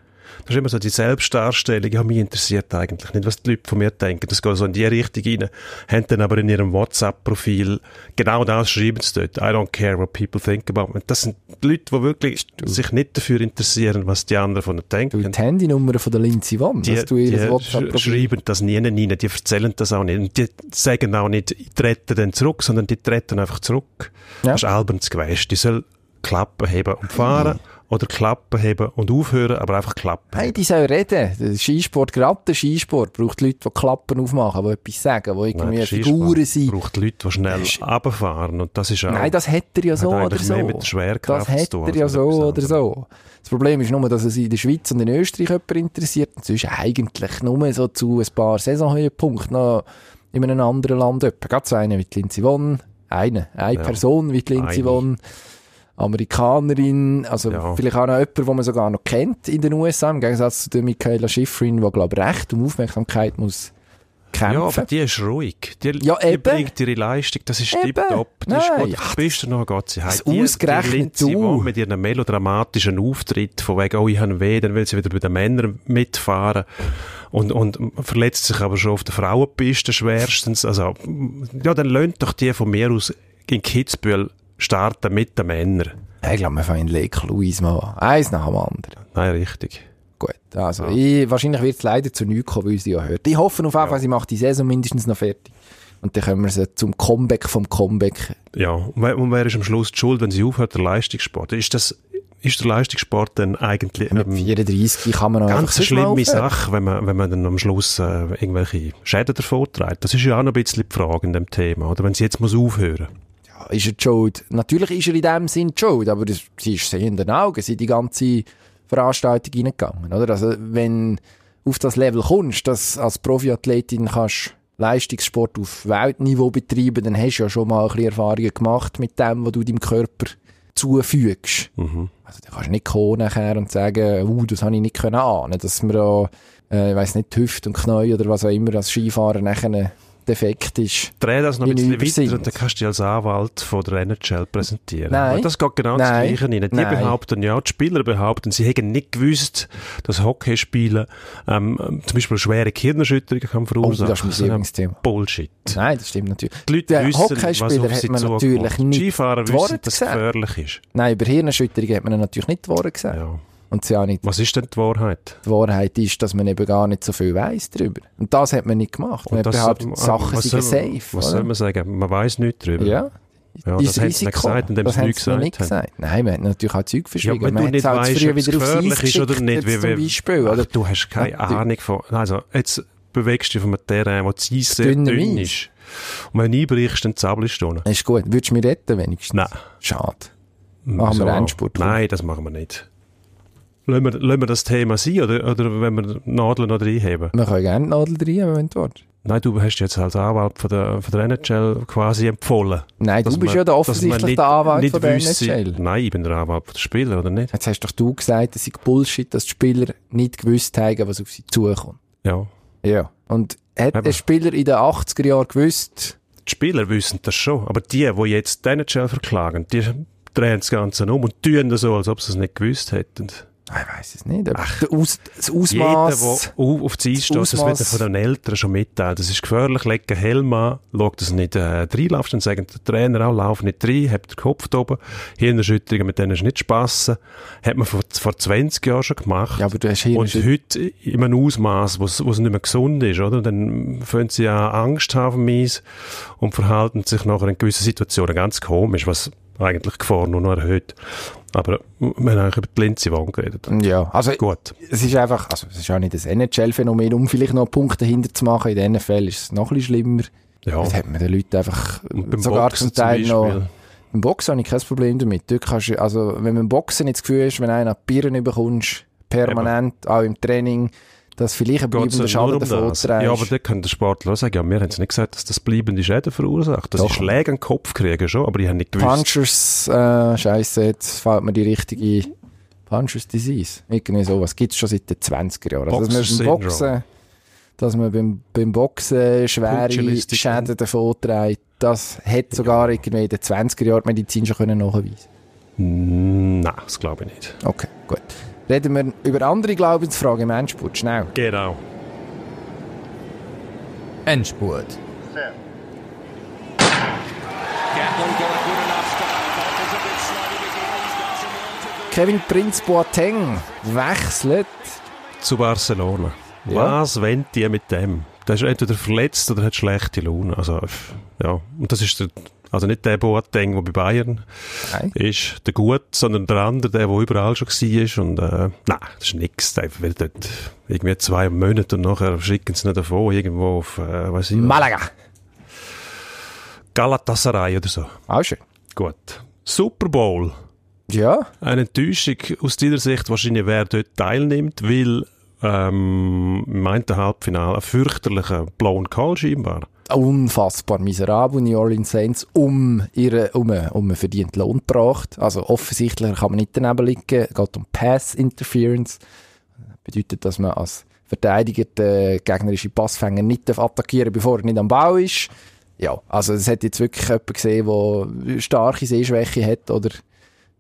[SPEAKER 2] Das ist immer so die Selbstdarstellung. Ja, mich interessiert eigentlich nicht, was die Leute von mir denken. Das geht so in die Richtung rein. Haben dann aber in ihrem WhatsApp-Profil genau das schreiben sie dort. I don't care what people think about me. Das sind die Leute, die wirklich sich nicht dafür interessieren, was die anderen von ihnen
[SPEAKER 1] Du,
[SPEAKER 2] denken.
[SPEAKER 1] die Handynummer von der Lindsay Won,
[SPEAKER 2] Die,
[SPEAKER 1] dass du ihr
[SPEAKER 2] die
[SPEAKER 1] das WhatsApp
[SPEAKER 2] sch schreiben das nie rein, die erzählen das auch nicht. Und die sagen auch nicht, ich trete dann zurück, sondern die treten einfach zurück.
[SPEAKER 1] Ja.
[SPEAKER 2] Das ist albernes Gewäsch. Die soll Klappen heben und fahren oder Klappen heben und aufhören, aber einfach Klappen.
[SPEAKER 1] Mhm. Hey, die sollen reden. Der Skisport, gerade der Skisport, braucht Leute, die Klappen aufmachen, die etwas sagen, die
[SPEAKER 2] Nein,
[SPEAKER 1] irgendwie
[SPEAKER 2] der
[SPEAKER 1] Figuren
[SPEAKER 2] Skisport
[SPEAKER 1] sind.
[SPEAKER 2] braucht Leute, die schnell runterfahren und das ist auch...
[SPEAKER 1] Nein, das hätte er ja so
[SPEAKER 2] Oh. eigentlich
[SPEAKER 1] oder so.
[SPEAKER 2] mehr mit der Schwerkraft
[SPEAKER 1] das
[SPEAKER 2] zu
[SPEAKER 1] hätte
[SPEAKER 2] tun,
[SPEAKER 1] er ja
[SPEAKER 2] als
[SPEAKER 1] so
[SPEAKER 2] mit etwas
[SPEAKER 1] oder
[SPEAKER 2] anderem.
[SPEAKER 1] so. Das Problem ist nur, dass es in der Schweiz und in Österreich jemand interessiert. Und sonst eigentlich nur so zu ein paar Saisonhöhepunkten noch in einem anderen Land. jemand. Gerade so einen wie die Lindsay Vonn. Eine. Eine
[SPEAKER 2] Ja.
[SPEAKER 1] Person wie die Lindsay
[SPEAKER 2] Eine.
[SPEAKER 1] Vonn. Amerikanerin. Also
[SPEAKER 2] Ja.
[SPEAKER 1] vielleicht auch noch jemand, den man sogar noch kennt in den USA. Im Gegensatz zu der Michaela Schifrin, die, glaube ich, Recht um Aufmerksamkeit muss
[SPEAKER 2] Ja, aber
[SPEAKER 1] kämpfen.
[SPEAKER 2] die ist ruhig. Die,
[SPEAKER 1] Ja,
[SPEAKER 2] die
[SPEAKER 1] eben.
[SPEAKER 2] bringt ihre Leistung, das ist
[SPEAKER 1] Eben.
[SPEAKER 2] tipptopp. Das ist
[SPEAKER 1] Nein.
[SPEAKER 2] gut.
[SPEAKER 1] Ach,
[SPEAKER 2] Ach, bist du noch geht sie heim.
[SPEAKER 1] das
[SPEAKER 2] Die-
[SPEAKER 1] ausgerechnet
[SPEAKER 2] die Lindsay
[SPEAKER 1] du.
[SPEAKER 2] Vonn mit ihrem melodramatischen Auftritt, von wegen, oh, ich habe weh, dann will sie wieder bei den Männern mitfahren. Und, und verletzt sich aber schon auf der Frauenpiste schwerstens. Also, ja, dann lönt doch die von mir aus in Kitzbühel starten mit den Männern.
[SPEAKER 1] ich glaube, wir fangen Lake Louise mal an. Eins nach dem anderen.
[SPEAKER 2] Nein, richtig.
[SPEAKER 1] Gut, also ich, wahrscheinlich wird es leider zu nichts kommen, weil sie ja hört. Ich hoffe auf jeden Fall, sie macht die Saison mindestens noch fertig. Und dann können wir sie zum Comeback vom Comeback.
[SPEAKER 2] Ja, und wer, und wer ist am Schluss die schuld, wenn sie aufhört, der Leistungssport? Ist das, ist der Leistungssport dann eigentlich...
[SPEAKER 1] Mit
[SPEAKER 2] ähm,
[SPEAKER 1] 34 kann man noch
[SPEAKER 2] ganz eine
[SPEAKER 1] einfach
[SPEAKER 2] schlimme
[SPEAKER 1] sonst mal aufhören.
[SPEAKER 2] Sache, wenn man, wenn man dann am Schluss äh, irgendwelche Schäden davon trägt. Das ist ja auch noch ein bisschen die Frage in dem Thema, oder? Wenn sie jetzt muss aufhören.
[SPEAKER 1] Ja, Ist er die schuld? Natürlich ist er in dem Sinn die schuld, aber das, sie ist sehenden Augen, sie in die ganze Veranstaltung hineingegangen, oder? Also wenn du auf das Level kommst, dass als Profiathletin kannst Leistungssport auf Weltniveau betreiben, dann hast du ja schon mal ein bisschen Erfahrungen gemacht mit dem, was du deinem Körper zufügst. Also da kannst du nicht kommen nachher und sagen, uh, das habe ich nicht können ahnen, dass man da, äh, ich weiss nicht, die Hüfte und Knie oder was auch immer als Skifahrer nachher defekt ist.
[SPEAKER 2] Dreh das noch ein bisschen
[SPEAKER 1] Hinüber sind.
[SPEAKER 2] weiter und dann kannst du dich als Anwalt von der NHL präsentieren.
[SPEAKER 1] Nein.
[SPEAKER 2] Weil Das geht genau
[SPEAKER 1] Nein.
[SPEAKER 2] das Gleiche rein. Die
[SPEAKER 1] Nein.
[SPEAKER 2] behaupten ja, die Spieler behaupten, sie hätten nicht gewusst, dass Hockeyspielen ähm, ähm, zum Beispiel schwere Gehirnerschütterungen kann verursachen
[SPEAKER 1] Oh, das ist mein
[SPEAKER 2] ein
[SPEAKER 1] Lieblingsthema.
[SPEAKER 2] Bullshit.
[SPEAKER 1] Nein, das stimmt natürlich.
[SPEAKER 2] Die Leute
[SPEAKER 1] Der
[SPEAKER 2] wissen, was
[SPEAKER 1] Hockeyspieler
[SPEAKER 2] auf
[SPEAKER 1] hat
[SPEAKER 2] sie
[SPEAKER 1] man
[SPEAKER 2] zukommt.
[SPEAKER 1] natürlich nicht
[SPEAKER 2] Skifahrer
[SPEAKER 1] die
[SPEAKER 2] wissen,
[SPEAKER 1] Worte
[SPEAKER 2] dass es
[SPEAKER 1] gesagt.
[SPEAKER 2] gefährlich ist.
[SPEAKER 1] Nein, über Hirnerschütterung hat man ihn natürlich nicht die Wahrheit gesagt.
[SPEAKER 2] Ja.
[SPEAKER 1] Und sie auch nicht.
[SPEAKER 2] Was ist denn die Wahrheit?
[SPEAKER 1] Die Wahrheit ist, dass man eben gar nicht so viel weiß darüber. Und das hat man nicht gemacht. Man
[SPEAKER 2] Und das-
[SPEAKER 1] behauptet,
[SPEAKER 2] ähm,
[SPEAKER 1] Sachen
[SPEAKER 2] was
[SPEAKER 1] sind
[SPEAKER 2] soll-
[SPEAKER 1] safe.
[SPEAKER 2] Was
[SPEAKER 1] oder?
[SPEAKER 2] soll man sagen? Man weiß nichts darüber.
[SPEAKER 1] Ja.
[SPEAKER 2] Ja,
[SPEAKER 1] Ist
[SPEAKER 2] das haben sie nicht
[SPEAKER 1] Risiko.
[SPEAKER 2] gesagt, indem
[SPEAKER 1] das
[SPEAKER 2] sie
[SPEAKER 1] haben
[SPEAKER 2] nichts
[SPEAKER 1] sie noch
[SPEAKER 2] gesagt
[SPEAKER 1] nicht
[SPEAKER 2] haben.
[SPEAKER 1] gesagt. Nein, man hat natürlich auch Zeug verschwiegen. man
[SPEAKER 2] wenn du
[SPEAKER 1] hat
[SPEAKER 2] nicht
[SPEAKER 1] es auch zu
[SPEAKER 2] weißt,
[SPEAKER 1] früh
[SPEAKER 2] ob es
[SPEAKER 1] wieder aufs
[SPEAKER 2] gefährlich
[SPEAKER 1] Eis
[SPEAKER 2] ist oder
[SPEAKER 1] geschickt,
[SPEAKER 2] nicht.
[SPEAKER 1] jetzt
[SPEAKER 2] Wie,
[SPEAKER 1] zum
[SPEAKER 2] wie,
[SPEAKER 1] Beispiel.
[SPEAKER 2] Ach,
[SPEAKER 1] Oder?
[SPEAKER 2] du hast keine
[SPEAKER 1] Ja, du-
[SPEAKER 2] Ahnung von... Also, jetzt bewegst du dich auf einem Terrain, wo das Eis sehr
[SPEAKER 1] Dünne
[SPEAKER 2] dünn,
[SPEAKER 1] Eis.
[SPEAKER 2] ist. Und wenn du einbrichst, dann zappelst du unten.
[SPEAKER 1] Ist gut. Würdest du mich retten wenigstens?
[SPEAKER 2] Nein.
[SPEAKER 1] Schade. Machen wir Endspurt.
[SPEAKER 2] Also, Nein, das machen wir nicht. Lassen wir, lassen wir das Thema sein oder, oder wenn wir Nadeln noch reinheben?
[SPEAKER 1] Wir können gerne die Nadel rein, wenn du willst.
[SPEAKER 2] Nein, du hast jetzt als Anwalt von der, von der NHL quasi empfohlen.
[SPEAKER 1] Nein,
[SPEAKER 2] dass
[SPEAKER 1] du bist
[SPEAKER 2] man-
[SPEAKER 1] ja der
[SPEAKER 2] dass man
[SPEAKER 1] offensichtlich
[SPEAKER 2] nicht-
[SPEAKER 1] der Anwalt
[SPEAKER 2] nicht
[SPEAKER 1] von der
[SPEAKER 2] wüsste-
[SPEAKER 1] NHL.
[SPEAKER 2] Nein, ich bin der Anwalt der Spieler, oder nicht?
[SPEAKER 1] Jetzt hast doch du gesagt, es sei Bullshit, dass die Spieler nicht gewusst haben, was auf sie zukommt.
[SPEAKER 2] Ja.
[SPEAKER 1] Ja. Und hat
[SPEAKER 2] Aber-
[SPEAKER 1] der Spieler in den 80er Jahren gewusst,
[SPEAKER 2] Die Spieler wissen das schon, aber die, die jetzt die NHL verklagen, die drehen das Ganze um und tun das so, als ob sie es nicht gewusst hätten.
[SPEAKER 1] Ah, ich weiß es nicht, aber der Aus, das Ausmaß,
[SPEAKER 2] Jeder, der au- auf die Eis steht, das wird
[SPEAKER 1] Ausmaß-
[SPEAKER 2] er von den Eltern schon mitteilen. Das ist gefährlich, leg den Helm an, schau, dass du nicht äh, reinlaufst und sagen der Trainer auch, lauf nicht rein, hab den Kopf da oben, Hirnerschütterungen, mit denen ist nicht spassen. Hat man vor, vor 20 Jahren schon gemacht.
[SPEAKER 1] ja, aber du hast
[SPEAKER 2] Und
[SPEAKER 1] hier
[SPEAKER 2] heute in einem Ausmaß, wo es nicht mehr gesund ist, oder? Dann fangen sie ja Angst haben mies und verhalten sich nachher in gewissen Situationen ganz komisch, was eigentlich die Gefahr nur noch erhöht. Aber wir haben eigentlich über die Lindsay-Wand geredet.
[SPEAKER 1] ja, also
[SPEAKER 2] Gut.
[SPEAKER 1] es ist einfach, also es ist auch nicht das NHL-Phänomen, um vielleicht noch Punkte dahinter zu machen. In der NFL ist es noch ein bisschen schlimmer.
[SPEAKER 2] Ja.
[SPEAKER 1] Das hat man den Leuten einfach
[SPEAKER 2] Und beim
[SPEAKER 1] sogar
[SPEAKER 2] Boxen
[SPEAKER 1] zum Teil
[SPEAKER 2] zum Beispiel.
[SPEAKER 1] noch. Beim Boxen habe ich kein Problem damit. Dort kannst du, also, wenn man im Boxen nicht das Gefühl ist, wenn einer die Birnen bekommst, permanent, auch im Training, dass vielleicht ein bleibender
[SPEAKER 2] Geht's ja nur
[SPEAKER 1] Schaden
[SPEAKER 2] um
[SPEAKER 1] davon
[SPEAKER 2] das? Ja, aber dann können der Sportler auch sagen, ja, wir haben es nicht gesagt, dass das bleibende Schäden verursacht. Das
[SPEAKER 1] Doch.
[SPEAKER 2] ist Schläge an den Kopf kriegen schon, aber ich habe nicht gewusst.
[SPEAKER 1] Punchers, äh, Scheiße, jetzt fällt mir die richtige Punchers Disease. Irgendwie sowas. Gibt es schon seit den 20er Jahren. Also, dass man beim
[SPEAKER 2] Boxer-Syndrom.
[SPEAKER 1] Boxen, dass man beim, beim Boxen schwere
[SPEAKER 2] Pugilistik.
[SPEAKER 1] Schäden davon trägt, das hätte sogar irgendwie in den 20er Jahren die Medizin schon können nachweisen
[SPEAKER 2] Nein, das glaube ich nicht.
[SPEAKER 1] Okay, gut. Reden wir über andere Glaubensfragen im Endspurt. Schnell.
[SPEAKER 2] Genau.
[SPEAKER 3] Endspurt.
[SPEAKER 1] Kevin Prinz Boateng wechselt.
[SPEAKER 2] Zu Barcelona.
[SPEAKER 1] Ja.
[SPEAKER 2] Was wollen die mit dem? Der ist entweder verletzt oder hat schlechte Laune. Also, f- ja. Und das ist der, also nicht der Boateng, der bei Bayern
[SPEAKER 1] Nein.
[SPEAKER 2] ist, der Gut, sondern der andere, der, der überall schon war. Und, äh, nein, das ist nix. Einfach wird dort irgendwie zwei Monate und nachher schicken sie ihn davon irgendwo auf, äh, weiss ich was.
[SPEAKER 1] Malaga.
[SPEAKER 2] Galatasaray oder so.
[SPEAKER 1] Auch schön.
[SPEAKER 2] Gut. Super Bowl.
[SPEAKER 1] Ja,
[SPEAKER 2] Eine Enttäuschung aus deiner Sicht wahrscheinlich, wer dort teilnimmt, weil ähm, im einen Halbfinale ein fürchterlicher blown Call scheinbar.
[SPEAKER 1] unfassbar miserabel. New Orleans Saints um ihre, um, einen- um einen verdienten Lohn gebracht. Also offensichtlich kann man nicht daneben liegen. Es geht um Pass Interference. Bedeutet, dass man als Verteidiger den gegnerischen Passfänger nicht darf attackieren bevor er nicht am Bau ist. Ja, also es hat jetzt wirklich jemand gesehen, der starke Sehschwäche hat oder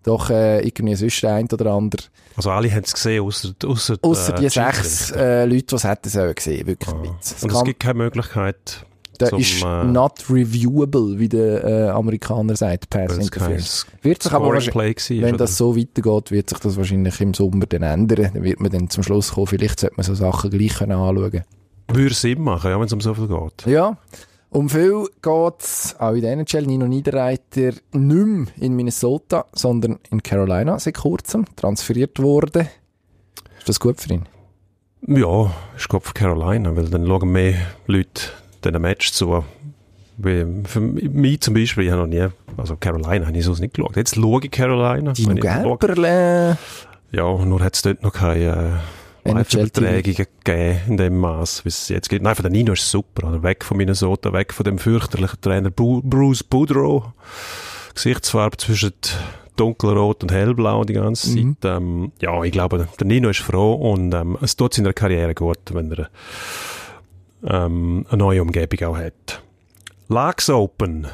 [SPEAKER 1] doch äh, irgendwie sonst der ein oder andere.
[SPEAKER 2] Also alle haben es gesehen, außer außer, äh,
[SPEAKER 1] Ausser die
[SPEAKER 2] Schiedsrichter.
[SPEAKER 1] sechs äh, Leute, die es hätten sollen sehen. Wirklich ein Witz.
[SPEAKER 2] Ah. Und es
[SPEAKER 1] kann-
[SPEAKER 2] gibt keine Möglichkeit
[SPEAKER 1] Der
[SPEAKER 2] zum
[SPEAKER 1] ist
[SPEAKER 2] äh,
[SPEAKER 1] not reviewable, wie der äh, Amerikaner sagt, Pass
[SPEAKER 2] weil es kein
[SPEAKER 1] Interference. Wird sich aber wahrscheinlich,
[SPEAKER 2] Scoring-Play gewesen ist,
[SPEAKER 1] wenn
[SPEAKER 2] oder?
[SPEAKER 1] das so weitergeht, wird sich das wahrscheinlich im Sommer dann ändern. Dann wird man dann zum Schluss kommen, vielleicht sollte man so Sachen gleich können anschauen.
[SPEAKER 2] Würde Sinn machen, ja, wenn es um so viel geht.
[SPEAKER 1] Ja, um viel geht's auch in der NHL. Nino Niederreiter nicht mehr in Minnesota, sondern in Carolina seit kurzem transferiert worden. Ist das gut für ihn?
[SPEAKER 2] Ja, ist Kopf Carolina, weil dann schauen mehr Leute diesen Match zu. Wie, für mich zum Beispiel, ich habe noch nie, also Carolina habe ich sonst nicht geschaut. Jetzt schaue ich Carolina.
[SPEAKER 1] Die
[SPEAKER 2] wenn ich schaue.
[SPEAKER 1] Gerberle.
[SPEAKER 2] Ja, nur hat es dort noch keine äh,
[SPEAKER 1] NHL
[SPEAKER 2] Live-Übertragungen gegeben in dem Maß, wie es jetzt gibt. Nein, von der Nino ist es super. Oder? Weg von Minnesota, weg von dem fürchterlichen Trainer Bu Bruce Boudreau. Gesichtsfarbe zwischen dunkelrot und hellblau die ganze Zeit. Ähm, ja, ich glaube, der Nino ist froh und ähm, es tut seiner Karriere gut, wenn er ähm, eine neue Umgebung auch hat. Lags Open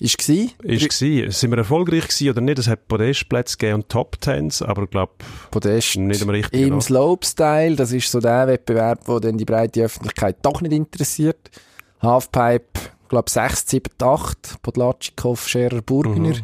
[SPEAKER 1] Ist gsi?
[SPEAKER 2] ist gewesen. Sind wir erfolgreich gewesen oder nicht? Es hat Podestplätze gegeben und Top Tens, aber ich glaube,
[SPEAKER 1] Podest.
[SPEAKER 2] Nicht im richtigen
[SPEAKER 1] Im
[SPEAKER 2] Ort.
[SPEAKER 1] Slopestyle, das ist so der Wettbewerb, wo dann die breite Öffentlichkeit doch nicht interessiert. Halfpipe, glaube 6, 7, 8, Podlatschikow, Scherer, Burgner.
[SPEAKER 2] Mhm.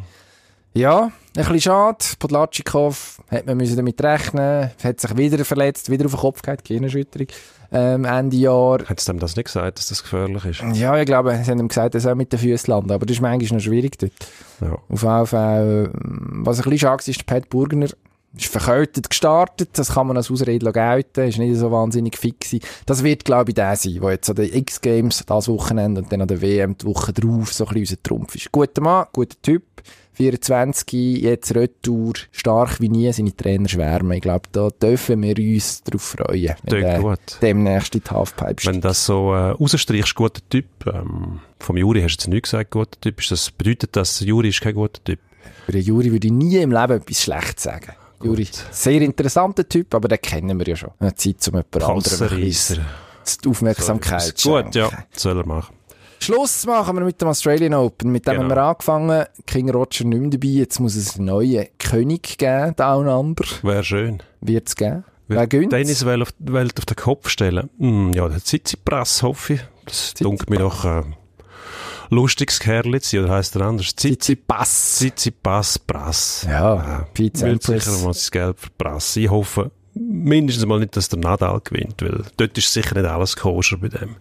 [SPEAKER 1] Ja, ein bisschen schade. Podlatschikow hat man müssen damit rechnen, hat sich wieder verletzt, wieder auf den Kopf gehabt, Gehirnerschütterung. Ähm, Ende Jahr.
[SPEAKER 2] hat es dem das nicht gesagt, dass das gefährlich ist?
[SPEAKER 1] Ja, ich glaube, sie haben ihm gesagt, er soll mit den Füßen landen, aber das ist manchmal noch schwierig dort.
[SPEAKER 2] Ja.
[SPEAKER 1] Auf jeden Fall, äh, was ein bisschen schade war, ist der Pat Burgner. Ist verkältet gestartet, das kann man als Ausrede gelten, ist nicht so wahnsinnig fit gewesen. Das wird, glaube ich, der sein, der jetzt an den X-Games das Wochenende und dann an der WM die Woche drauf so ein bisschen unser Trumpf ist. Guter Mann, guter Typ, 24, jetzt Retour, stark wie nie, seine Trainer schwärmen. Ich glaube, da dürfen wir uns drauf freuen, wenn
[SPEAKER 2] Tönt
[SPEAKER 1] der
[SPEAKER 2] gut.
[SPEAKER 1] demnächst in die Halfpipe steht.
[SPEAKER 2] Wenn das so äh, rausstreichst, guter Typ, ähm, vom Juri hast du jetzt nichts gesagt, guter Typ, ist das, bedeutet das, Juri ist kein guter Typ?
[SPEAKER 1] Über den Juri würde ich nie im Leben etwas schlecht sagen. Juri, sehr interessanter Typ, aber den kennen wir ja schon. Eine Zeit, um jemand anderem ein bisschen
[SPEAKER 2] Panzerreißer.
[SPEAKER 1] die Aufmerksamkeit
[SPEAKER 2] Ist
[SPEAKER 1] zu
[SPEAKER 2] Gut,
[SPEAKER 1] schenken.
[SPEAKER 2] ja, soll er machen.
[SPEAKER 1] Schluss machen wir mit dem Australian Open. Mit dem
[SPEAKER 2] Genau.
[SPEAKER 1] haben wir angefangen. King Roger nicht mehr dabei. Jetzt muss es einen neuen König geben. Da und ander
[SPEAKER 2] Wäre schön.
[SPEAKER 1] wird es geben. Wer gönnt?
[SPEAKER 2] Dennis will auf, will auf den Kopf stellen. Hm, ja, der Ziziprass, hoffe ich. Das dunkelt mir doch äh, lustiges Kerl zu sein, oder heisst er anders?
[SPEAKER 1] Tsitsipas.
[SPEAKER 2] Zizipass, Prass.
[SPEAKER 1] Ja, Pizza
[SPEAKER 2] Wird
[SPEAKER 1] and
[SPEAKER 2] Ah, sicher
[SPEAKER 1] Press.
[SPEAKER 2] mal das Geld verprassen. Ich hoffe mindestens mal nicht, dass der Nadal gewinnt, weil dort ist sicher nicht alles koscher bei dem.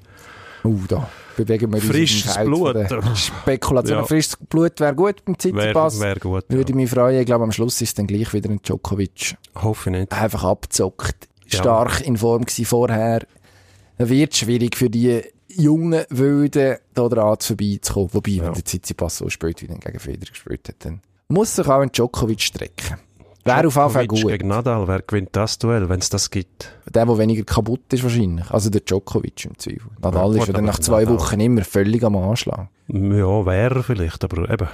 [SPEAKER 1] Oh, da bewegen wir uns
[SPEAKER 2] Frisches
[SPEAKER 1] im Feld von
[SPEAKER 2] Blut.
[SPEAKER 1] der Spekulation.
[SPEAKER 2] Ja.
[SPEAKER 1] Frisches Blut wäre gut beim Tsitsipas.
[SPEAKER 2] Wäre wär gut.
[SPEAKER 1] Würde
[SPEAKER 2] Ja.
[SPEAKER 1] mich freuen. Ich glaube, am Schluss ist dann gleich wieder ein Djokovic.
[SPEAKER 2] Hoffe ich nicht.
[SPEAKER 1] einfach abgezockt.
[SPEAKER 2] Ja.
[SPEAKER 1] Stark in Form gsi vorher. Dann wird schwierig für die jungen Wilden, da dran zu vorbeizukommen. Wobei, wenn der Tsitsipas so spielt, wie er gegen Federer gespielt hat, dann muss sich auch ein Djokovic strecken. Wäre auf jeden Fall
[SPEAKER 2] Djokovic
[SPEAKER 1] gut.
[SPEAKER 2] gegen Nadal, wer gewinnt das Duell, wenn es das gibt?
[SPEAKER 1] Der, der weniger kaputt ist wahrscheinlich. Also der Djokovic im Zweifel.
[SPEAKER 2] Ja,
[SPEAKER 1] Nadal
[SPEAKER 2] gut,
[SPEAKER 1] ist ja dann
[SPEAKER 2] aber
[SPEAKER 1] nach zwei
[SPEAKER 2] Nadal.
[SPEAKER 1] Wochen immer völlig am Anschlag.
[SPEAKER 2] Ja, wäre vielleicht, aber eben.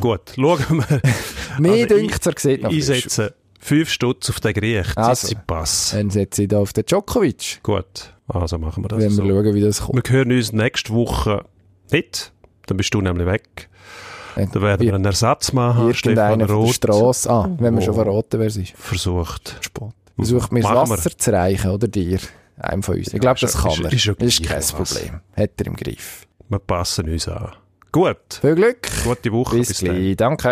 [SPEAKER 2] Gut, schauen wir.
[SPEAKER 1] Mir
[SPEAKER 2] Also
[SPEAKER 1] dünkt, er sieht noch
[SPEAKER 2] Ich
[SPEAKER 1] frisch aus.
[SPEAKER 2] setze fünf Stutz auf den Griech.
[SPEAKER 1] Also.
[SPEAKER 2] Tsitsipas.
[SPEAKER 1] Dann setze ich da auf den Djokovic.
[SPEAKER 2] Gut, also machen wir das
[SPEAKER 1] Wenn wir
[SPEAKER 2] so.
[SPEAKER 1] schauen, wie das kommt.
[SPEAKER 2] Wir hören uns nächste Woche nicht. Dann bist du nämlich weg.
[SPEAKER 1] Äh,
[SPEAKER 2] Dann werden wir einen Ersatz machen. Stefan
[SPEAKER 1] Irgendeiner von der
[SPEAKER 2] Roth
[SPEAKER 1] Strasse. Ah, wenn wir schon
[SPEAKER 2] Oh.
[SPEAKER 1] verraten, wer es ist.
[SPEAKER 2] versucht.
[SPEAKER 1] Sport. Versucht mir das
[SPEAKER 2] Machen
[SPEAKER 1] Wasser zu reichen, oder dir? Einem von uns. Ich glaube, das
[SPEAKER 2] ist-
[SPEAKER 1] kann
[SPEAKER 2] ist-
[SPEAKER 1] er.
[SPEAKER 2] ist ja
[SPEAKER 1] ist
[SPEAKER 2] gleich
[SPEAKER 1] kein
[SPEAKER 2] was.
[SPEAKER 1] Problem. Hat er im Griff.
[SPEAKER 2] Wir passen uns an. Gut,
[SPEAKER 1] Viel Glück.
[SPEAKER 2] gute Woche.
[SPEAKER 1] Bis
[SPEAKER 2] dann.
[SPEAKER 1] gleich. Danke.